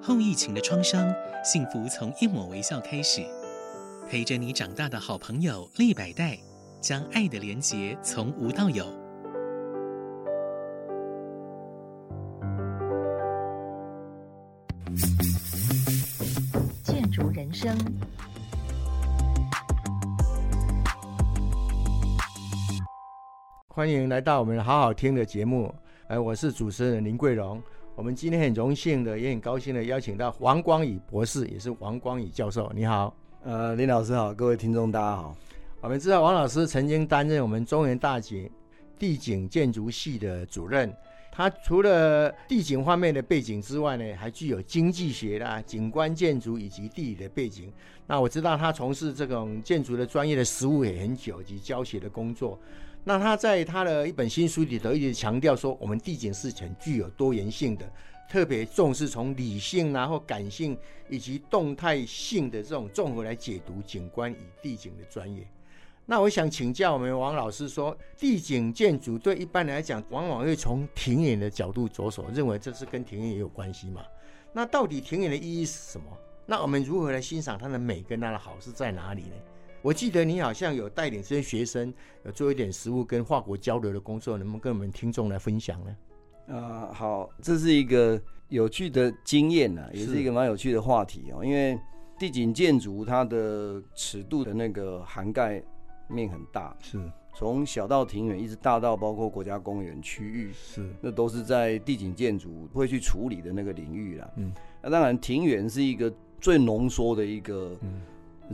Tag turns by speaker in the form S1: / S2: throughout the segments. S1: 后疫情的创伤，幸福从一抹微笑开始。陪着你长大的好朋友立百代，将爱的连结从无到有。
S2: 建筑人生，
S3: 欢迎来到我们好好听的节目，哎，我是主持人林桂荣。我们今天很荣幸的，也很高兴的邀请到王光宇博士，也是王光宇教授。你好，
S4: 呃，林老师好，各位听众大家好。
S3: 我们知道王老师曾经担任我们中原大学地景建筑系的主任。他除了地景方面的背景之外呢，还具有经济学啦、景观建筑以及地理的背景。那我知道他从事这种建筑的专业的实务也很久，及教学的工作。那他在他的一本新书里头一直强调说，我们地景是很具有多元性的，特别重视从理性啊或感性以及动态性的这种综合来解读景观与地景的专业。那我想请教我们王老师说，地景建筑对一般人来讲，往往会从庭园的角度着手，认为这是跟庭园也有关系嘛？那到底庭园的意义是什么？那我们如何来欣赏它的美跟它的好是在哪里呢？我记得你好像有带领这些学生，有呃做一点实务跟法国交流的工作，能不能跟我们听众来分享呢？
S4: 呃，好，这是一个有趣的经验呐，也
S3: 是
S4: 是一个蛮有趣的话题哦。因为地景建筑它的尺度的那个涵盖面很大，
S3: 是
S4: 从小到庭园，一直大到包括国家公园区域，
S3: 是
S4: 那都是在地景建筑会去处理的那个领域啦。
S3: 嗯，
S4: 那当然庭园是一个最浓缩的一个
S3: 嗯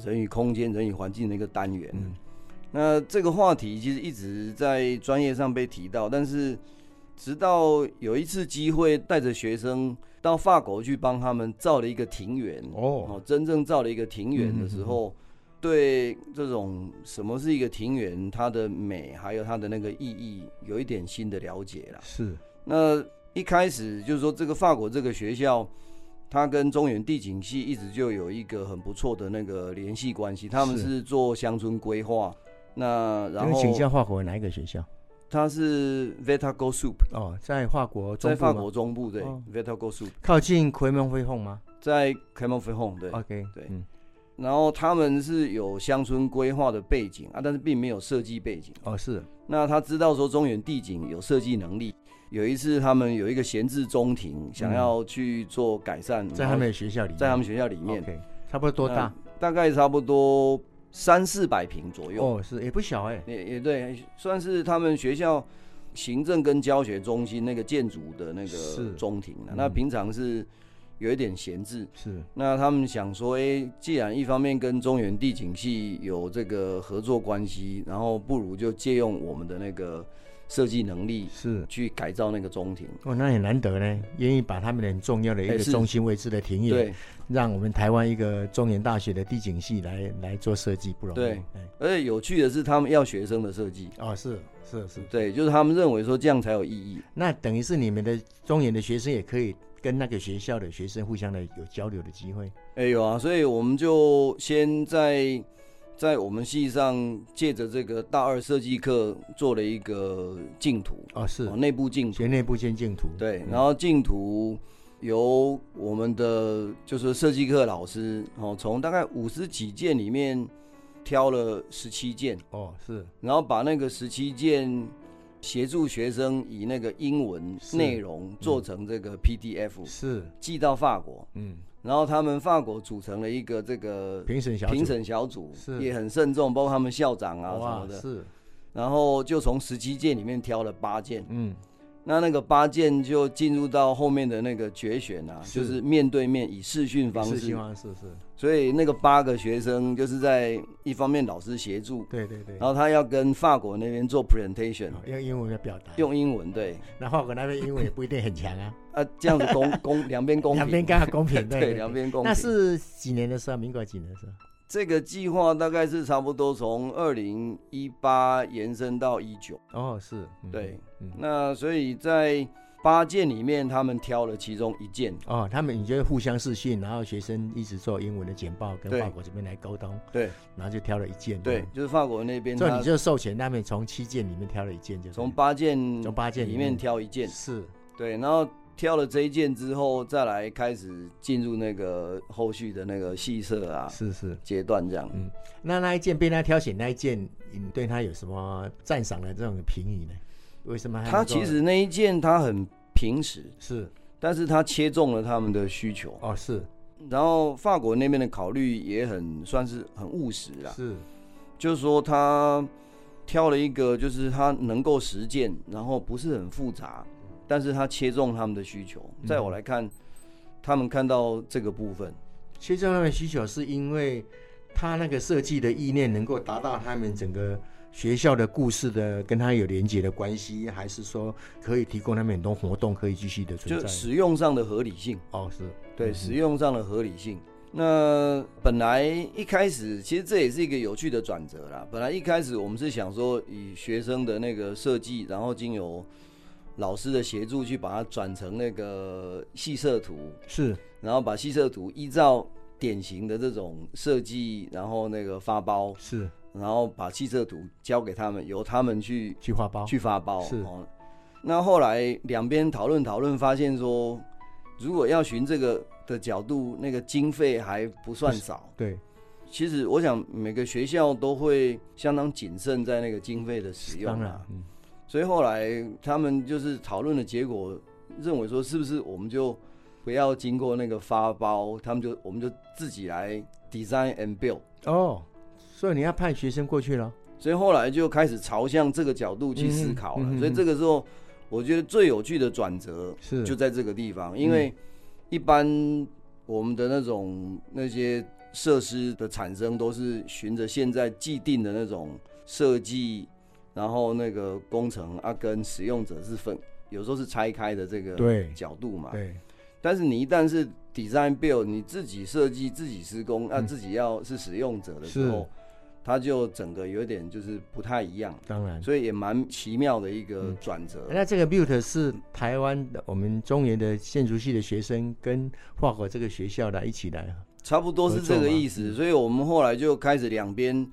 S4: 人与空间、人与环境的一个单元。
S3: 嗯
S4: 那这个话题其实一直在专业上被提到，但是直到有一次机会带着学生到法国去帮他们造了一个庭园，
S3: 哦，嗯
S4: 真正造了一个庭园的时候，对这种什么是一个庭园，它的美还有它的那个意义，有一点新的了解啦。
S3: 是
S4: 那一开始就是说，这个法国这个学校，它跟中原地景系一直就有一个很不错的那个联系关系。他们
S3: 是
S4: 是做乡村规划，那然
S3: 能
S4: 后
S3: 请教法国哪一个学校？
S4: 它是 Vetago Soup，
S3: 哦，在法国中
S4: 在
S3: 部吗
S4: 法国中部对、
S3: 哦
S4: Vetago Soup，
S3: 靠近奎门会控吗
S4: 在 c a m o n f e h o n 对。
S3: ？OK，
S4: 对
S3: 嗯
S4: 然后他们是有乡村规划的背景啊，但是并没有设计背景。
S3: 哦是
S4: 那他知道说中原地景有设计能力。有一次，他们有一个闲置中庭，想
S3: 嗯
S4: 要去做改善，
S3: 在
S4: 然
S3: 他
S4: 后
S3: 们的学校里面，
S4: 在他们学校里面，哎
S3: OK，差不多多大？
S4: 那大概差不多三四百平左右，
S3: 哦，是也不小哎、
S4: 也也对，算是他们学校行政跟教学中心那个建筑的那
S3: 是
S4: 个中庭了。
S3: 嗯
S4: 那平常是有一点闲置，
S3: 是
S4: 那他们想说，哎、既然一方面跟中原地景系有这个合作关系，然后不如就借用我们的那个设计能力
S3: 是，
S4: 去改造那个中庭。
S3: 哦，那很难得呢，愿意把他们的很重要的一
S4: 哎
S3: 个
S4: 是
S3: 中心位置的庭
S4: 对
S3: 野，，让我们台湾一个中原大学的地景系来来做设计，不容易。
S4: 对
S3: 哎，
S4: 而且有趣的是，他们要学生的设计，
S3: 哦，是是是，
S4: 对，就是他们认为说这样才有意义。
S3: 那等于是你们的中原的学生也可以跟那个学校的学生互相的有交流的机会。
S4: 哎、有啊，所以我们就先在在我们系上借着这个大二设计课做了一个净土，
S3: 哦，是
S4: 哦，内部净土
S3: 学，内部先净土。
S4: 对，
S3: 嗯
S4: 然后净土由我们的就是设计课老师哦，从大概五十几件里面挑了十七件，
S3: 哦是
S4: 然后把那个十七件协助学生以那个英文
S3: 是嗯
S4: 内容做成这个 PDF，、
S3: 是
S4: 寄到法国，
S3: 嗯，
S4: 然后他们法国组成了一个这个
S3: 评审小组
S4: 评审小组
S3: 是
S4: 也很慎重，包括他们校长啊什
S3: 哇
S4: 么的。
S3: 是
S4: 然后就从十七件里面挑了八件，
S3: 嗯
S4: 那那个八件就进入到后面的那个决选啊，
S3: 是
S4: 就是面对面以视讯方
S3: 是希
S4: 式。
S3: 望是是，
S4: 所以那个八个学生就是在一方面老师协助，
S3: 对对对。
S4: 然后他要跟法国那边做 presentation，
S3: 哦用英文来表达，
S4: 用英文对，
S3: 那法国那边英文也不一定很强啊，
S4: 啊这样子 公公两边公平，
S3: 两边刚好公 平，对
S4: 对两边公平。
S3: 那是几年的时候？民国几年的啊时候？
S4: 这个计划大概是差不多从二零一八延伸到一九，
S3: 哦，是，嗯
S4: 对，
S3: 嗯，
S4: 那所以在八件里面他们挑了其中一件，
S3: 哦，他们你就互相视讯，然后学生一直做英文的简报，跟
S4: 对
S3: 法国这边来沟通，
S4: 对
S3: 然后就挑了一件，
S4: 对，就是法国那边
S3: 这样，这
S4: 他
S3: 你就授权他们从七件里面挑了一件就对了，
S4: 从八件
S3: 从八件
S4: 里面挑一件，
S3: 是
S4: 对，然后挑了这一件之后，再来开始进入那个后续的那个戏社啊
S3: 是是。
S4: 阶段这样。
S3: 嗯那那一件被他挑选那一件，你对他有什么赞赏的这种评语呢？为什么还能够
S4: 他其实那一件他很平实，
S3: 是
S4: 但是他切中了他们的需求。
S3: 哦是
S4: 然后法国那边的考虑也很算是啊很务实啦，
S3: 是
S4: 就是说他挑了一个就是他能够实践，然后不是很复杂，但是他切中他们的需求。
S3: 嗯
S4: 在我来看，他们看到这个部分，
S3: 切中他们的需求，是因为他那个设计的意念能够达到他们整个学校的故事的跟他有连接的关系，还是说可以提供他们很多活动可以继续的存
S4: 就
S3: 在？
S4: 使用上的合理性，
S3: 哦是
S4: 对
S3: 嗯
S4: 使用上的合理性。那本来一开始，其实这也是一个有趣的转折啦。本来一开始我们是想说，以学生的那个设计，然后经由老师的协助去把它转成那个细色图，
S3: 是
S4: 然后把细色图依照典型的这种设计，然后那个发包，
S3: 是
S4: 然后把细色图交给他们，由他们去
S3: 计划包
S4: 去发包。
S3: 是
S4: 哦，那后来两边讨论讨论，发现说，如果要循这个的角度，那个经费还不算少。
S3: 对
S4: 其实我想每个学校都会相当谨慎在那个经费的使用
S3: 当
S4: 啊
S3: 然。嗯
S4: 所以后来他们就是讨论的结果，认为说是不是我们就不要经过那个发包，他们就我们就自己来 design and build。
S3: 哦，所以你要派学生过去了
S4: 所以后来就开始朝向这个角度去思考了。
S3: 嗯哼嗯哼
S4: 所以这个时候，我觉得最有趣的转折
S3: 是嗯
S4: 就在这个地方，因为一般我们的那种那些设施的产生都是循着现在既定的那种设计，然后那个工程啊跟使用者是分，有时候是拆开的这个
S3: 对
S4: 角度嘛。
S3: 对
S4: 但是你一旦是 design build，你自己设计、自己施工，那、
S3: 嗯
S4: 自己要是使用者的时
S3: 是
S4: 候，它就整个有点就是不太一样，
S3: 当然。
S4: 所以也蛮奇妙的一个
S3: 嗯
S4: 转折。
S3: 那这个 Built 是台湾的我们中原的建筑系的学生跟华国这个学校来一起来啊，
S4: 差不多是这个意
S3: 合作
S4: 思，
S3: 嘛嗯
S4: 所以我们后来就开始两边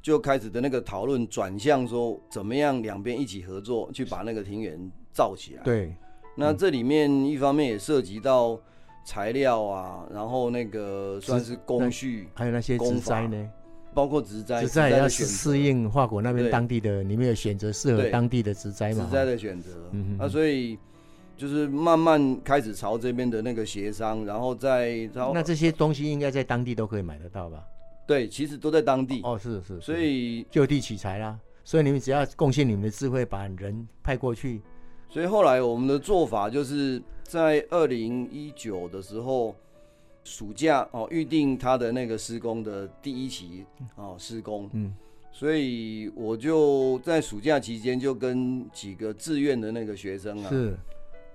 S4: 就开始的那个讨论转向说，怎么样两边一起合作去把那个庭园造起来。，
S3: 对，嗯
S4: 那这里面一方面也涉及到材料啊，然后那个算是工序，
S3: 还有那些植栽呢，
S4: 包括植栽，
S3: 植栽也要
S4: 的选择
S3: 适应华国那边
S4: 对
S3: 当地的，你们有选择适合
S4: 对
S3: 当地的植栽嘛
S4: 植？栽的选择。
S3: 嗯哼
S4: 那所以就是慢慢开始朝这边的那个协商，然后再然后
S3: 那这些东西应该在当地都可以买得到吧？
S4: 对，其实都在当地，
S3: 哦，是是，是
S4: 所以
S3: 就地取材啦。所以你们只要贡献你们的智慧，把人派过去，
S4: 所以后来我们的做法就是在二零一九的时候，暑假哦预定它的那个施工的第一期哦施工，
S3: 嗯，
S4: 所以我就在暑假期间就跟几个志愿的那个学生啊，
S3: 嗯是，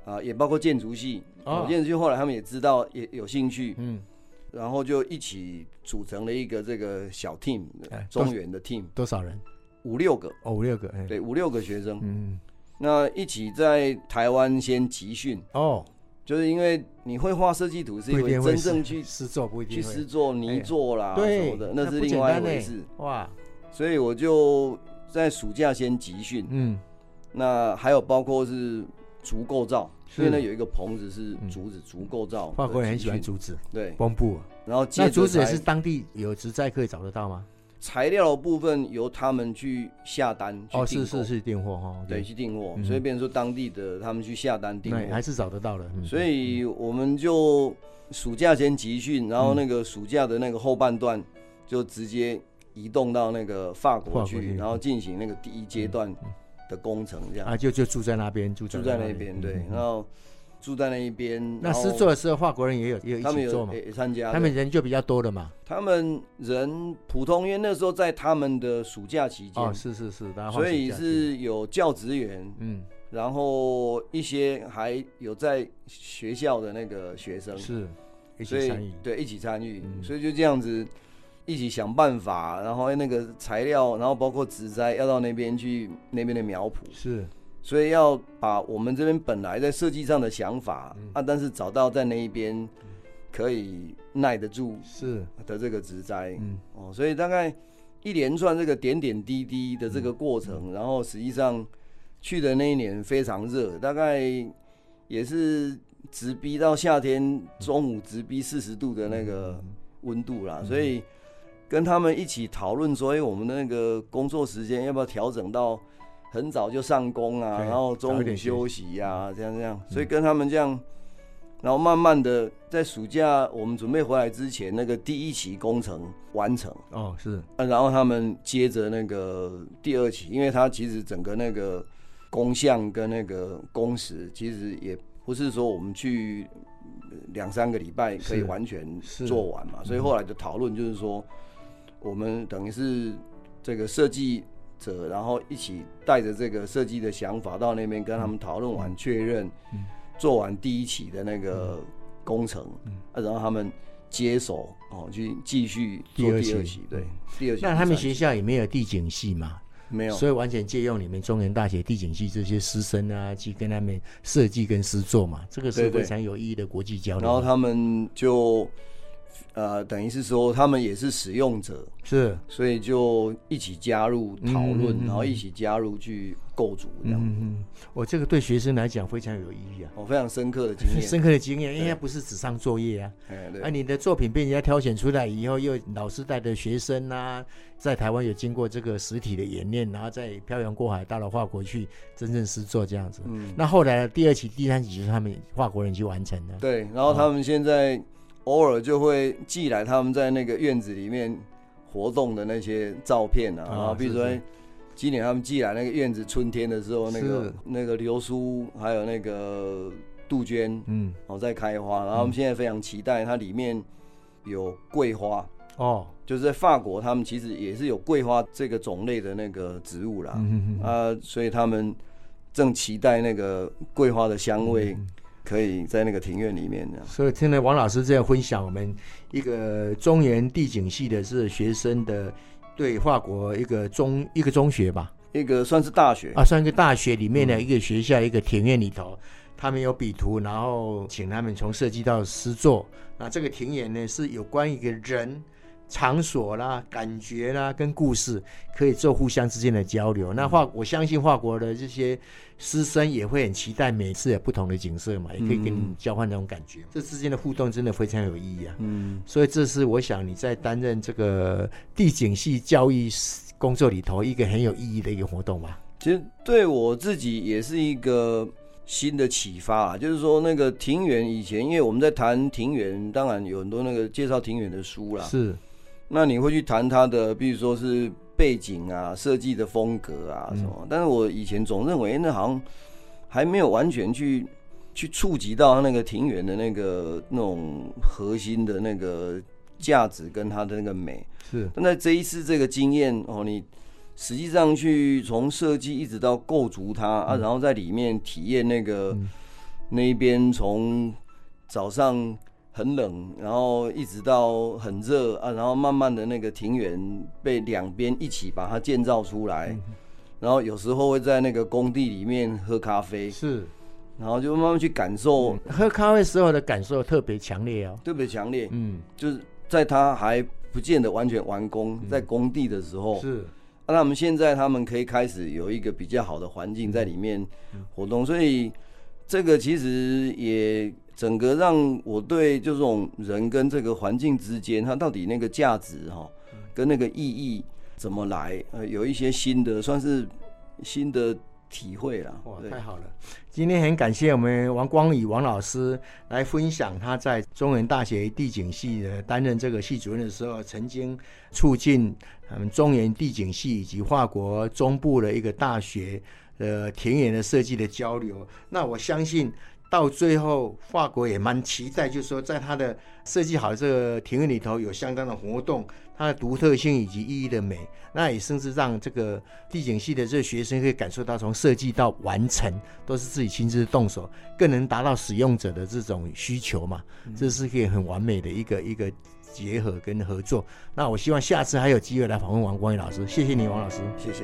S4: 啊也包括建筑系，
S3: 哦
S4: 哦建筑系后来他们也知道也有兴趣，
S3: 嗯，
S4: 然后就一起组成了一个这个小 team，
S3: 哎
S4: 中原的 team，
S3: 多少人？
S4: 五六个，
S3: 哦，五六个，哎，
S4: 对，五六个学生，
S3: 嗯，
S4: 那一起在台湾先集训，
S3: 哦，
S4: 就是因为你会画设计图，是
S3: 不一
S4: 因为
S3: 定会
S4: 真正
S3: 是
S4: 去
S3: 施作，不一
S4: 去
S3: 定
S4: 施
S3: 会，
S4: 作泥做啦什
S3: 对
S4: 么的，，
S3: 那
S4: 那是
S3: 不简
S4: 另外一
S3: 单哎
S4: 回
S3: 呢
S4: 事。
S3: 哇，
S4: 所以我就在暑假先集训，
S3: 嗯，
S4: 那还有包括是竹构造，
S3: 是
S4: 因为呢有一个棚子是
S3: 嗯
S4: 竹子竹构造的集训，
S3: 法国人很喜欢竹子，
S4: 对，
S3: 绷布啊。
S4: 然后接
S3: 那
S4: 着
S3: 竹子也
S4: 才
S3: 是当地有植栽可以找得到吗？
S4: 材料的部分由他们去下单去
S3: 哦，
S4: 订
S3: 是
S4: 购
S3: 是，是订货哦，
S4: 对，，去订货，
S3: 嗯
S4: 所以变成说当地的他们去下单订
S3: 那还
S4: 货，
S3: 是找得到的。嗯
S4: 所以我们就暑假先集训，
S3: 嗯
S4: 然后那个暑假的那个后半段就直接移动到那个
S3: 法
S4: 法国
S3: 国
S4: 去，
S3: 去嗯
S4: 然后进行那个第一阶段的工程，这样
S3: 啊，就就住在那边，住
S4: 住在那
S3: 里
S4: 边
S3: 嗯
S4: 对，
S3: 嗯
S4: 然后住在那一边，
S3: 那
S4: 然后
S3: 施作的时候，法国人也有也有
S4: 他
S3: 一
S4: 们
S3: 起做
S4: 有
S3: 嘛，
S4: 也也参加的，
S3: 他们人就比较多了嘛。
S4: 他们人普通，因为那时候在他们的暑假期间
S3: 哦，，是是是，嗯然后
S4: 所以
S3: 放暑假去
S4: 是有教职员，
S3: 嗯
S4: 然后一些还有在学校的那个学生，
S3: 是一
S4: 所
S3: 起参
S4: 以
S3: 与，
S4: 对一起参与，
S3: 嗯
S4: 所以就这样子一起想办法，然后那个材料，然后包括植栽要到那边去那边的苗圃，
S3: 是
S4: 所以要把我们这边本来在设计上的想法、
S3: 嗯
S4: 啊，但是找到在那一边可以耐得住
S3: 是
S4: 的这个植栽，
S3: 嗯
S4: 哦，所以大概一连串这个点点滴滴的这个过程，然后实际上去的那一年非常热，大概也是直逼到夏天中午直逼四十度的那
S3: 嗯
S4: 个温度啦，所以跟他们一起讨论说，哎，我们的那个工作时间要不要调整到很早就上工啊，
S3: 对
S4: 然后中
S3: 早一
S4: 午
S3: 点嗯休
S4: 休息呀、这样这样，所以跟他们这样，然后慢慢的在暑假我们准备回来之前，那个第一期工程完成。
S3: 哦，是
S4: 啊然后他们接着那个第二期，因为它其实整个那个工项跟那个工时，其实也不是说我们去呃两三个礼拜可以
S3: 是
S4: 完全
S3: 是嗯
S4: 做完嘛，所以后来的讨论就是说，我们等于是这个设计者，然后一起带着这个设计的想法到那边跟他们讨论完确认
S3: 嗯，
S4: 做完第一期的那个工程，
S3: 嗯
S4: 啊然后他们。接手哦，去继续做
S3: 第二
S4: 第二
S3: 期
S4: 期，对，第二期
S3: 那他
S4: 第
S3: 们
S4: 三期
S3: 学校也没有地景系嘛，
S4: 没有，
S3: 所以完全借用你们中原大学地景系这些师生啊，去跟他们设计跟师作嘛，这个是
S4: 对对
S3: 非常有意义的国际交流。
S4: 然后他们就呃，等于是说他们也是使用者，
S3: 是
S4: 所以就一起加入讨论，
S3: 嗯嗯嗯
S4: 然后一起加入去构筑这样。
S3: 嗯，我这个对学生来讲非常有意义啊，
S4: 我、非常深刻的经验，
S3: 深刻的经验，因为它不是纸上作业啊，
S4: 哎，
S3: 啊，
S4: 对，
S3: 你的作品被人家挑选出来以后，又老师带的学生呐、在台湾有经过这个实体的演练，然后再漂洋过海到了法国去真正实作这样子。
S4: 嗯，
S3: 那后来第二期、第三期就是他们法国人去完成的。
S4: 对，然后他们现在偶尔就会寄来他们在那个院子里面活动的那些照片啊，
S3: 啊
S4: 然后比如
S3: 是
S4: 说
S3: 是
S4: 今年他们寄来那个院子，春天的时候那个
S3: 是
S4: 那个流苏还有那个杜鹃，
S3: 嗯，
S4: 哦，在开花，然后我们现在非常期待它里面有桂花，
S3: 哦，
S4: 就是在法国，他们其实也是有桂花这个种类的那个植物啦，
S3: 嗯嗯嗯
S4: 啊，所以他们正期待那个桂花的香味
S3: 嗯
S4: 可以在那个庭院里面这样。
S3: 所以听了王老师这样分享，我们一个中原地景系的是学生的对法国一个中一个中学吧，
S4: 一个算是大学，嗯
S3: 啊，算一个大学里面的一个学校、一个庭院里头，他们有比图，然后请他们从设计到诗作。那这个庭园呢，是有关一个人、场所啦、感觉啦跟故事，可以做互相之间的交流。那法，我相信法国的这些师生也会很期待每次有不同的景色嘛，也可以跟你交换那种感觉。这之间的互动真的非常有意义啊。
S4: 嗯，
S3: 所以这是我想你在担任这个地景系教育工作里头一个很有意义的一个活动吧。
S4: 其实对我自己也是一个新的启发啊，就是说那个庭园以前，因为我们在谈庭园，当然有很多那个介绍庭园的书啦，
S3: 是，
S4: 那你会去谈它的，比如说是背景啊、设计的风格啊什么。但是我以前总认为，诶那好像还没有完全去去触及到它那个庭园的那个那种核心的那个价值跟它的那个美。
S3: 是
S4: 但在这一次这个经验哦，你实际上去从设计一直到构筑它、
S3: 嗯
S4: 啊，然后在里面体验那个、那一边从早上很冷，然后一直到很热啊，然后慢慢的那个庭园被两边一起把它建造出来。
S3: 嗯
S4: 然后有时候会在那个工地里面喝咖啡，
S3: 是，嗯
S4: 然后就慢慢去感受，
S3: 喝咖啡时候的感受特别强烈哦。
S4: 特别强烈。
S3: 嗯，
S4: 就是在它还不见得完全完工，在工地的时候，
S3: 嗯是
S4: 啊那他们现在他们可以开始有一个比较好的环
S3: 嗯
S4: 境在里面活动，所以这个其实也整个让我对这种人跟这个环境之间，它到底那个价值哈、
S3: 嗯
S4: 跟那个意义怎么来，呃，有一些新的算是新的体会啦。
S3: 哇，
S4: 对
S3: 太，好了！今天很感谢我们王光宇王老师来分享他在中原大学地景系的担任这个系主任的时候，曾经促进他们中原地景系以及法国中部的一个大学呃田园的设计的交流。那我相信。到最后，法国也蛮期待，就是说，在他的设计好这个庭院里头，有相当的活动，它的独特性以及意义的美，那也甚至让这个地景系的这个学生可以感受到，从设计到完成都是自己亲自动手，更能达到使用者的这种需求嘛，这是可以很完美的一个一个结合跟合作。那我希望下次还有机会来访问王光宇老师，谢谢你，王老师。
S4: 谢谢。